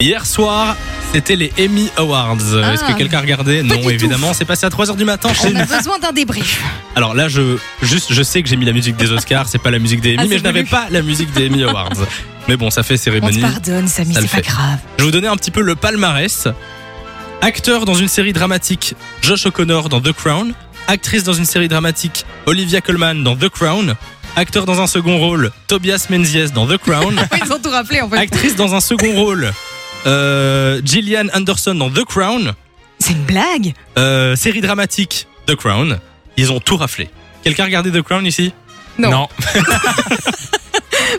Hier soir, c'était les Emmy Awards. Ah. Est-ce que quelqu'un a regardé Pas Non, du évidemment. C'est passé à 3h du matin chez On a nous. besoin d'un débrief. Alors là, je, juste, je sais que j'ai mis la musique des Oscars, c'est pas la musique des Emmy, Ah, mais c'est je n'avais voulu. pas la musique des Emmy Awards. Mais bon, ça fait On te cérémonie. pardonne, Samy, Ça le c'est pas fait. grave. Je vais vous donner un petit peu le palmarès. Acteur dans une série dramatique, Josh O'Connor dans The Crown. Actrice dans une série dramatique, Olivia Colman dans The Crown. Acteur dans un second rôle, Tobias Menzies dans The Crown. Ils ont tout rappelé en fait. Actrice dans un second rôle, euh, Gillian Anderson dans The Crown. C'est une blague Euh, série dramatique, The Crown. Ils ont tout raflé. Quelqu'un a regardé The Crown ici Non.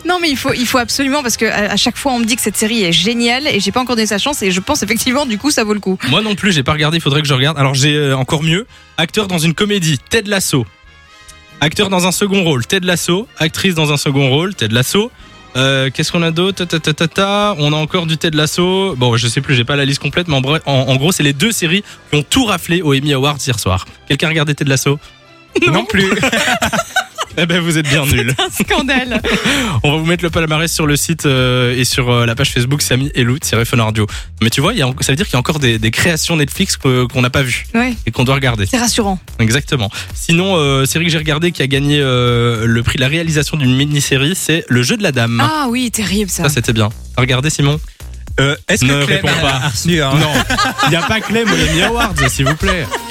Non, mais il faut, il faut absolument parce que à, à chaque fois on me dit que cette série est géniale et j'ai pas encore donné sa chance et je pense effectivement du coup ça vaut le coup. Moi non plus, j'ai pas regardé, il faudrait que je regarde. Alors j'ai euh, encore mieux, acteur dans une comédie, Ted Lasso. Acteur dans un second rôle, Ted Lasso. Actrice dans un second rôle, Ted Lasso. Euh, Qu'est-ce qu'on a d'autre Ta, ta, ta, ta. On a encore du Ted Lasso. Bon, je sais plus, j'ai pas la liste complète, mais en, bref- en- en gros, c'est les deux séries qui ont tout raflé aux Emmy Awards hier soir. Quelqu'un a regardé Ted Lasso Non. plus. eh ben, vous êtes bien nuls. Un scandale. On va vous mettre le palmarès sur le site euh, et sur euh, la page Facebook Samy Elou-Fun Radio. Mais tu vois, il y a en- ça veut dire qu'il y a encore des, des créations Netflix que- qu'on n'a pas vues ouais, et qu'on doit regarder. c'est rassurant. Exactement. Sinon, euh, série que j'ai regardée qui a gagné euh, le prix de la réalisation d'une mini-série, c'est Le jeu de la dame. Ah oui, terrible ça. Ça, c'était bien. T'as regardé, Simon Euh, Est-ce que Ne Clem réponds a- pas. a reçu hein un- Non, il n'y a pas Clem aux Emmy Awards, s'il vous plaît.